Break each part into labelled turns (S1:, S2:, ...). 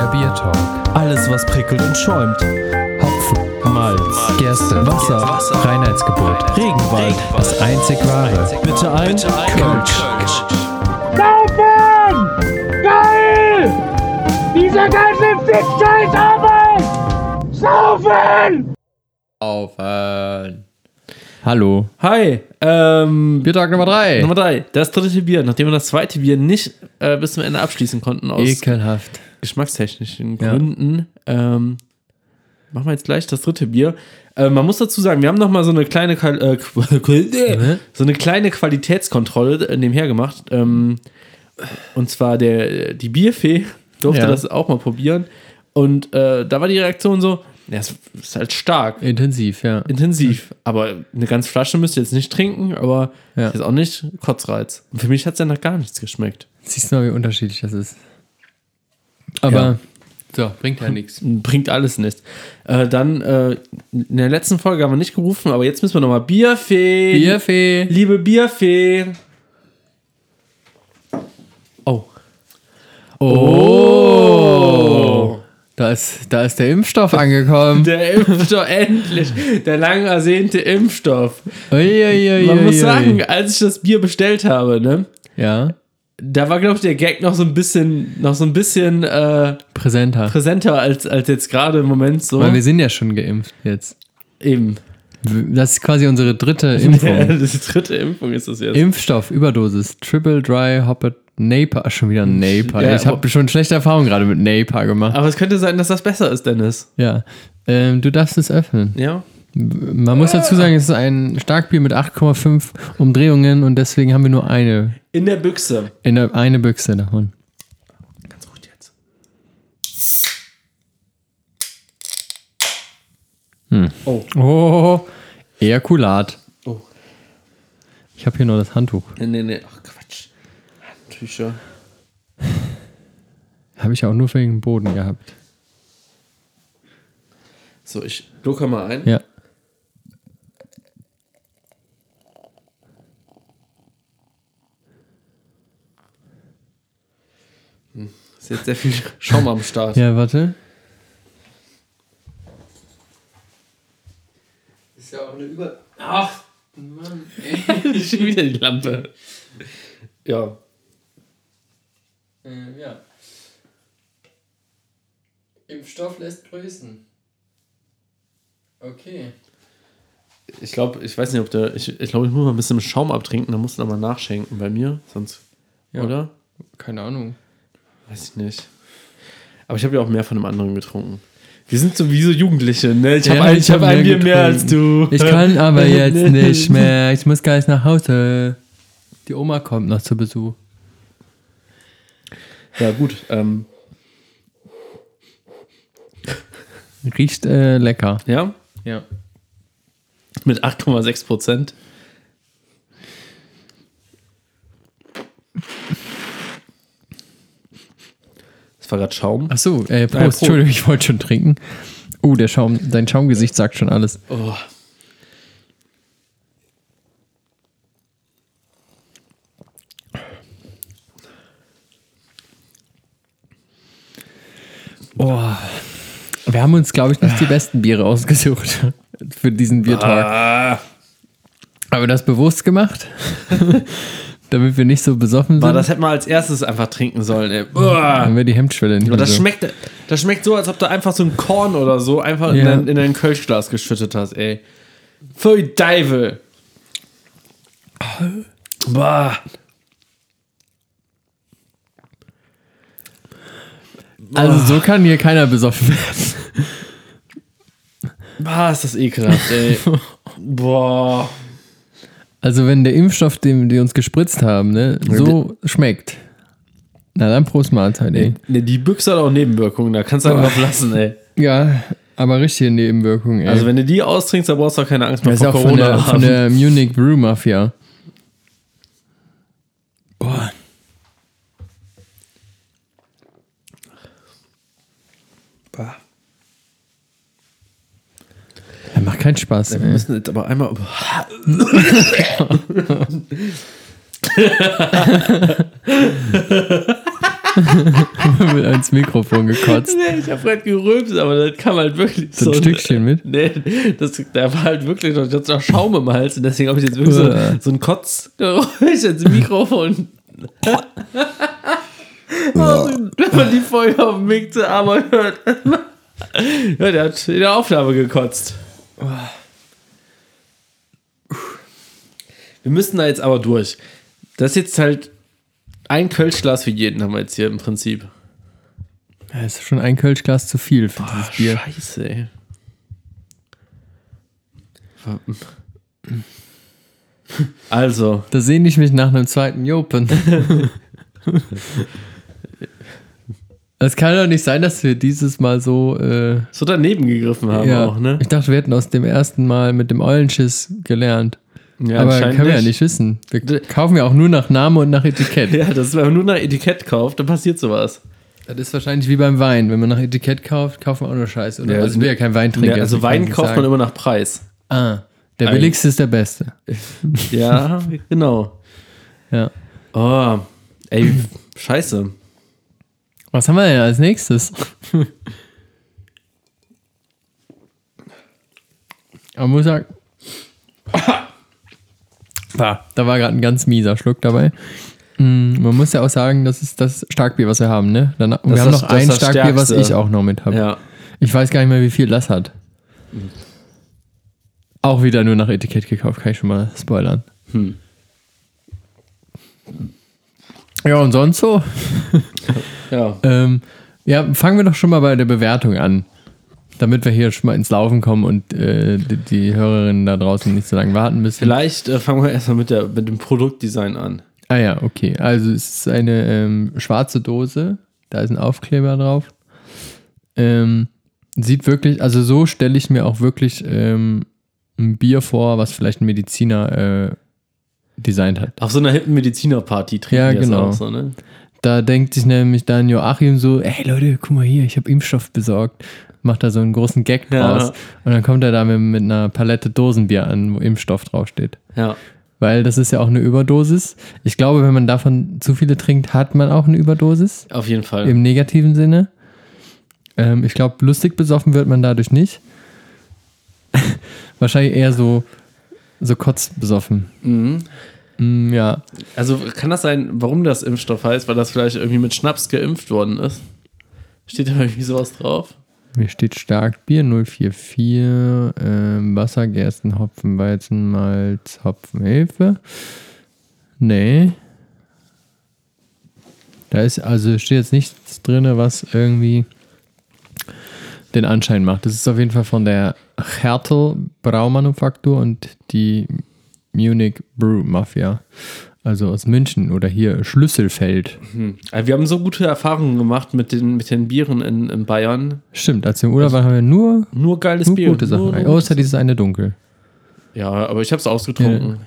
S1: Talk.
S2: Alles, was prickelt und schäumt.
S1: Hopfen,
S2: Malz,
S1: Gerste,
S2: Wasser,
S1: Wasser Reinheitsgebot.
S2: Regenwald.
S1: Das einzig wahre.
S2: Bitte ein Kölsch.
S3: Saufen! Geil! Diese ganze Fick-Scheiß-Arbeit! Saufen!
S4: Aufhören. Hallo.
S2: Hi, ähm,
S4: Biertag Nummer 3.
S2: Nummer drei. Das dritte Bier, nachdem wir das zweite Bier nicht äh, bis zum Ende abschließen konnten, aus
S4: Ekelhaft.
S2: geschmackstechnischen Gründen, ähm, machen wir jetzt gleich das dritte Bier. Äh, man muss dazu sagen, wir haben nochmal so eine kleine Qual äh, Qu- so eine kleine Qualitätskontrolle nebenher gemacht. Ähm, und zwar der, die Bierfee durfte
S4: Ja.
S2: das auch mal probieren. Und äh, da war die Reaktion so, ja, es ist halt stark.
S4: Intensiv, ja.
S2: intensiv. Aber eine ganze Flasche müsst ihr jetzt nicht trinken, aber
S4: Ja.
S2: ist jetzt auch nicht Kotzreiz. Und für mich hat es ja nach gar nichts geschmeckt.
S4: Siehst du mal, wie unterschiedlich das ist. Aber so, bringt ja nichts.
S2: Bringt alles nichts. Äh, dann, äh, in der letzten Folge haben wir nicht gerufen, aber jetzt müssen wir nochmal Bierfee.
S4: Bierfee.
S2: Liebe Bierfee. Oh.
S4: Oh. Da ist, da ist der Impfstoff angekommen.
S2: Oh. Der Impfstoff, endlich. Der lang ersehnte Impfstoff.
S4: Uiuiui.
S2: Man muss sagen, als ich das Bier bestellt habe, ne,
S4: Ja,
S2: da war, glaube ich, der Gag noch so ein bisschen, noch so ein bisschen, äh,
S4: präsenter.
S2: präsenter als, als jetzt gerade im Moment so.
S4: Weil wir sind ja schon geimpft jetzt.
S2: Eben.
S4: Das ist quasi unsere dritte Impfung.
S2: das ist die dritte Impfung ist das jetzt.
S4: Impfstoff, Überdosis, Triple Dry Hoppet, Naper. Ach, schon wieder Naper.
S2: Ja,
S4: ich habe schon schlechte Erfahrungen gerade mit Naper gemacht.
S2: Aber es könnte sein, dass das besser ist, Dennis.
S4: Ja. Ähm, du darfst es öffnen.
S2: Ja.
S4: Man muss dazu sagen, es ist ein Starkbier mit 8,5 Umdrehungen und deswegen haben wir nur eine,
S2: In der Büchse.
S4: in der, eine Büchse davon.
S2: Ganz ruhig jetzt.
S4: Oh, Ejakulat.
S2: Oh.
S4: Ich habe hier nur das Handtuch.
S2: Nee, nee, nee. Ach, Quatsch. Handtücher.
S4: Habe ich auch nur für den Boden gehabt.
S2: So, ich glucke mal ein.
S4: Ja.
S2: Ist jetzt sehr viel Schaum am Start.
S4: Ja, warte.
S2: Ist ja auch eine Über. Ach, Mann. Schon wieder die Lampe. Ja.
S4: Äh, ja. Impfstoff lässt grüßen. Okay.
S2: Ich glaube, ich weiß nicht, ob der. Ich, ich glaube, ich muss mal ein bisschen Schaum abtrinken, dann musst du nochmal nachschenken bei mir. Sonst.
S4: Ja.
S2: Oder?
S4: Keine Ahnung.
S2: Weiß ich nicht. Aber ich habe ja auch mehr von einem anderen getrunken. Wir sind so wie so Jugendliche, ne? Ich habe
S4: Ja,
S2: ein,
S4: ich
S2: ich hab
S4: hab
S2: ein
S4: mehr
S2: Bier mehr als
S4: getrunken.
S2: du.
S4: Ich kann aber jetzt nicht mehr. Ich muss gleich nach Hause. Die Oma kommt noch zu Besuch.
S2: Ja, gut. Ähm,
S4: Riecht äh, lecker.
S2: ja,
S4: Ja.
S2: mit 8,6 Prozent. Das war gerade Schaum.
S4: Ach so, äh, Prost.
S2: Ja, Prost.
S4: Entschuldigung, ich wollte schon trinken. Oh, der Schaum, dein Schaumgesicht sagt schon alles.
S2: Oh.
S4: Oh. Wir haben uns, glaube ich, nicht die besten Biere ausgesucht für diesen Biertag.
S2: Ah,
S4: Aber das bewusst gemacht, damit wir nicht so besoffen
S2: Mann,
S4: sind.
S2: das hätte man als erstes einfach trinken sollen. Ey. Uah.
S4: Haben wir die Hemmschwelle nicht
S2: Aber das
S4: so.
S2: schmeckt, das schmeckt so, als ob du einfach so ein Korn oder so einfach in,
S4: Ja.
S2: dein, in dein Kölschglas geschüttet hast, ey. Pfui Deivel. Bah.
S4: Also
S2: Ah.
S4: so kann hier keiner besoffen werden.
S2: Bah, ist das ekelhaft, ey. Boah.
S4: Also wenn der Impfstoff, den die uns gespritzt haben, ne, so schmeckt. Na dann Prost Mahlzeit, ey.
S2: Ne, die Büchse hat auch Nebenwirkungen, da kannst du einfach lassen, ey.
S4: Ja, aber richtige Nebenwirkungen, ey.
S2: Also, wenn du die austrinkst, dann brauchst du auch keine Angst mehr
S4: das ist
S2: vor
S4: auch von
S2: Corona
S4: der, von
S2: haben.
S4: der Munich Brew Mafia. Boah.
S2: Bah.
S4: Das macht keinen Spaß,
S2: Wir
S4: ey.
S2: müssen jetzt aber einmal.
S4: mit ans Mikrofon gekotzt.
S2: Nee, ich habe halt gerülpst, aber das kam halt wirklich
S4: So ein Stückchen mit.
S2: Nee, das, da war halt wirklich noch, das war Schaum im Hals und deswegen habe ich jetzt wirklich so,
S4: Uah.
S2: so ein Kotzgeräusch ins Mikrofon. Also, Wenn man die Feuer auf dem Mick zu Arbeit hört. Ja, der hat in der Aufnahme gekotzt. Wir müssen da jetzt aber durch. Das ist jetzt halt ein Kölschglas für jeden haben wir jetzt hier im Prinzip.
S4: Ja, ist schon ein Kölschglas zu viel für dieses Bier.
S2: Ah, Scheiße, ey. Also,
S4: Da sehne ich mich nach einem zweiten Jopen. Es kann doch nicht sein, dass wir dieses Mal so. Äh,
S2: so daneben gegriffen haben
S4: ja,
S2: auch, ne?
S4: Ich dachte, wir hätten aus dem ersten Mal mit dem Eulenschiss gelernt.
S2: Ja,
S4: Aber
S2: anscheinend
S4: können wir ja nicht wissen.
S2: D-
S4: Wir kaufen ja auch nur nach Name und nach Etikett.
S2: Ja, das ist, wenn man nur nach Etikett kauft, dann passiert sowas.
S4: Das ist wahrscheinlich wie beim Wein. Wenn man nach Etikett kauft, kauft man auch nur Scheiße. Oder?
S2: Ja,
S4: also ich bin ja kein Weintrinker.
S2: Ja, also
S4: deswegen kann ich
S2: Wein
S4: nicht
S2: kauft man
S4: sagen.
S2: immer nach Preis.
S4: Ah, der
S2: Ein-
S4: billigste ist der beste.
S2: Ja, genau.
S4: Ja.
S2: Oh, ey, scheiße.
S4: Was haben wir denn als nächstes? Aber muss sagen. Da, da war gerade ein ganz mieser Schluck dabei. Mm, Man muss ja auch sagen, das ist das Starkbier, was wir haben, ne? Dann, wir
S2: ist
S4: haben
S2: das-
S4: noch
S2: das ist
S4: ein
S2: das
S4: Starkbier, was
S2: Stärkste.
S4: ich auch noch mit habe.
S2: Ja.
S4: Ich weiß gar nicht mehr, wie viel das hat. Auch wieder nur nach Etikett gekauft, kann ich schon mal spoilern.
S2: Hm.
S4: Ja, und sonst so?
S2: Ja.
S4: Ähm, ja, fangen wir doch schon mal bei der Bewertung an. Damit wir hier schon mal ins Laufen kommen und äh, die, die Hörerinnen da draußen nicht so lange warten müssen.
S2: Vielleicht äh, fangen wir erstmal mit, der, mit dem Produktdesign an.
S4: Ah ja, okay. Also es ist eine ähm, schwarze Dose. Da ist ein Aufkleber drauf. Ähm, sieht wirklich, also so stelle ich mir auch wirklich ähm, ein Bier vor, was vielleicht ein Mediziner äh, designt hat.
S2: Auf so einer hippen Medizinerparty trinken
S4: Ja,
S2: die das
S4: genau.
S2: auch so, ne?
S4: Da denkt sich nämlich dann Joachim so, ey Leute, guck mal hier, ich habe Impfstoff besorgt. Macht da so einen großen Gag
S2: Ja.
S4: draus. Und dann kommt er da mit, mit einer Palette Dosenbier an, wo Impfstoff draufsteht.
S2: Ja.
S4: Weil das ist ja auch eine Überdosis. Ich glaube, wenn man davon zu viele trinkt, hat man auch eine Überdosis.
S2: Auf jeden Fall.
S4: Im negativen Sinne. Ähm, ich glaube, lustig besoffen wird man dadurch nicht. Wahrscheinlich eher so, so kotzbesoffen. Mm, ja.
S2: Also kann das sein, warum das Impfstoff heißt? Weil das vielleicht irgendwie mit Schnaps geimpft worden ist? Steht da irgendwie sowas drauf?
S4: Mir steht stark Bier 044, ähm, Wasser, Gersten, Hopfen, Weizen, Malz, Hopfen, Hefe. Nee. Da ist also steht jetzt nichts drin, was irgendwie den Anschein macht. Das ist auf jeden Fall von der Hertel Braumanufaktur und die Munich Brew Mafia. Also aus München oder hier Schlüsselfeld.
S2: Also wir haben so gute Erfahrungen gemacht mit den, mit den Bieren in, in Bayern.
S4: Stimmt, als wir im Urlaub waren, haben wir nur,
S2: Nur geiles
S4: nur
S2: Also Bier.
S4: gute Sachen.
S2: Nur-
S4: Oh, es hat dieses eine dunkel.
S2: ja, aber ich habe es ausgetrunken.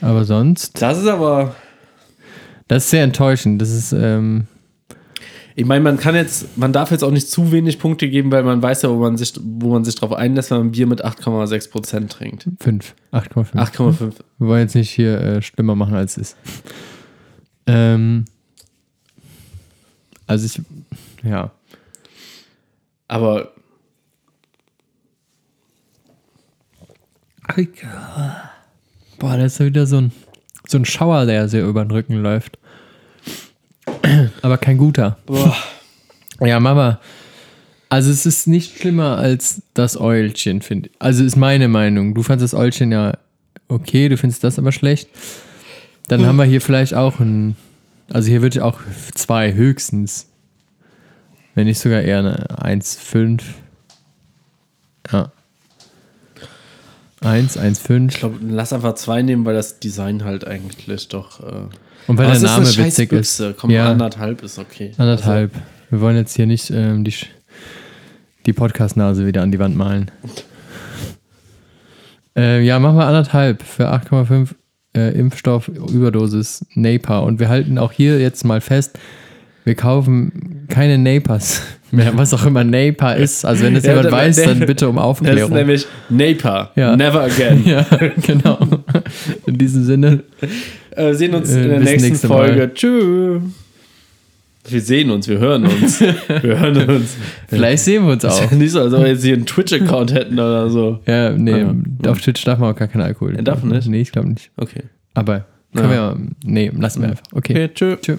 S4: Aber sonst,
S2: Das ist aber.
S4: das ist sehr enttäuschend. Das ist, ähm,
S2: Ich meine, man kann jetzt, man darf jetzt auch nicht zu wenig Punkte geben, weil man weiß ja, wo man sich, wo man sich drauf einlässt, wenn man ein Bier mit 8,6% trinkt.
S4: 5. 8,5.
S2: 8,5.
S4: Wir wollen jetzt nicht hier äh, schlimmer machen, als es ist. Ähm, also ich, ja.
S2: Aber
S4: Boah, da ist ja wieder so ein, so ein Schauer, der sehr über den Rücken läuft. Aber kein guter. Ja, Mama. Also es ist nicht schlimmer als das Eulchen, finde ich. Also ist meine Meinung. Du fandest das Eulchen ja okay, du findest das aber schlecht. Dann haben wir hier vielleicht auch ein. Also hier würde ich auch zwei höchstens. Wenn nicht sogar eher eine 1,5. Ja. 1, 1,5.
S2: ich glaube, lass einfach zwei nehmen, weil das Design halt eigentlich doch. Äh,
S4: Und
S2: aber
S4: weil der
S2: es
S4: Name
S2: ist eine scheiß
S4: witzig ist.
S2: Büchse. Komm,
S4: ja,
S2: anderthalb ist okay.
S4: anderthalb. Also, Wir wollen jetzt hier nicht ähm, die, Sch- die Podcast-Nase wieder an die Wand malen. Äh, ja, machen wir anderthalb für 8,5 äh, Impfstoff, Überdosis, Napa. Und wir halten auch hier jetzt mal fest, wir kaufen keine Napas mehr, was auch immer Napa ist. Also wenn das
S2: Ja,
S4: jemand
S2: der-
S4: weiß,
S2: der-
S4: dann bitte um
S2: Das ist
S4: Aufklärung.
S2: nämlich Napa.
S4: Ja.
S2: Never again.
S4: Ja, genau. In diesem Sinne.
S2: Äh, sehen uns
S4: Äh,
S2: in der
S4: bis
S2: nächsten
S4: nächste Mal.
S2: Folge. Tschüss. Wir sehen uns, wir hören uns. Wir hören uns.
S4: Vielleicht sehen wir uns
S2: Ist
S4: auch.
S2: ja nicht so, als ob wir jetzt hier einen Twitch-Account hätten oder so.
S4: Ja, nee,
S2: Ja.
S4: auf Twitch darf man auch gar keinen Alkohol.
S2: Ja, Also, darf man nicht?
S4: Nee, ich glaube nicht.
S2: Okay.
S4: Aber können wir, nee, lassen wir einfach. Okay.
S2: Okay, tschö.
S4: Tschö.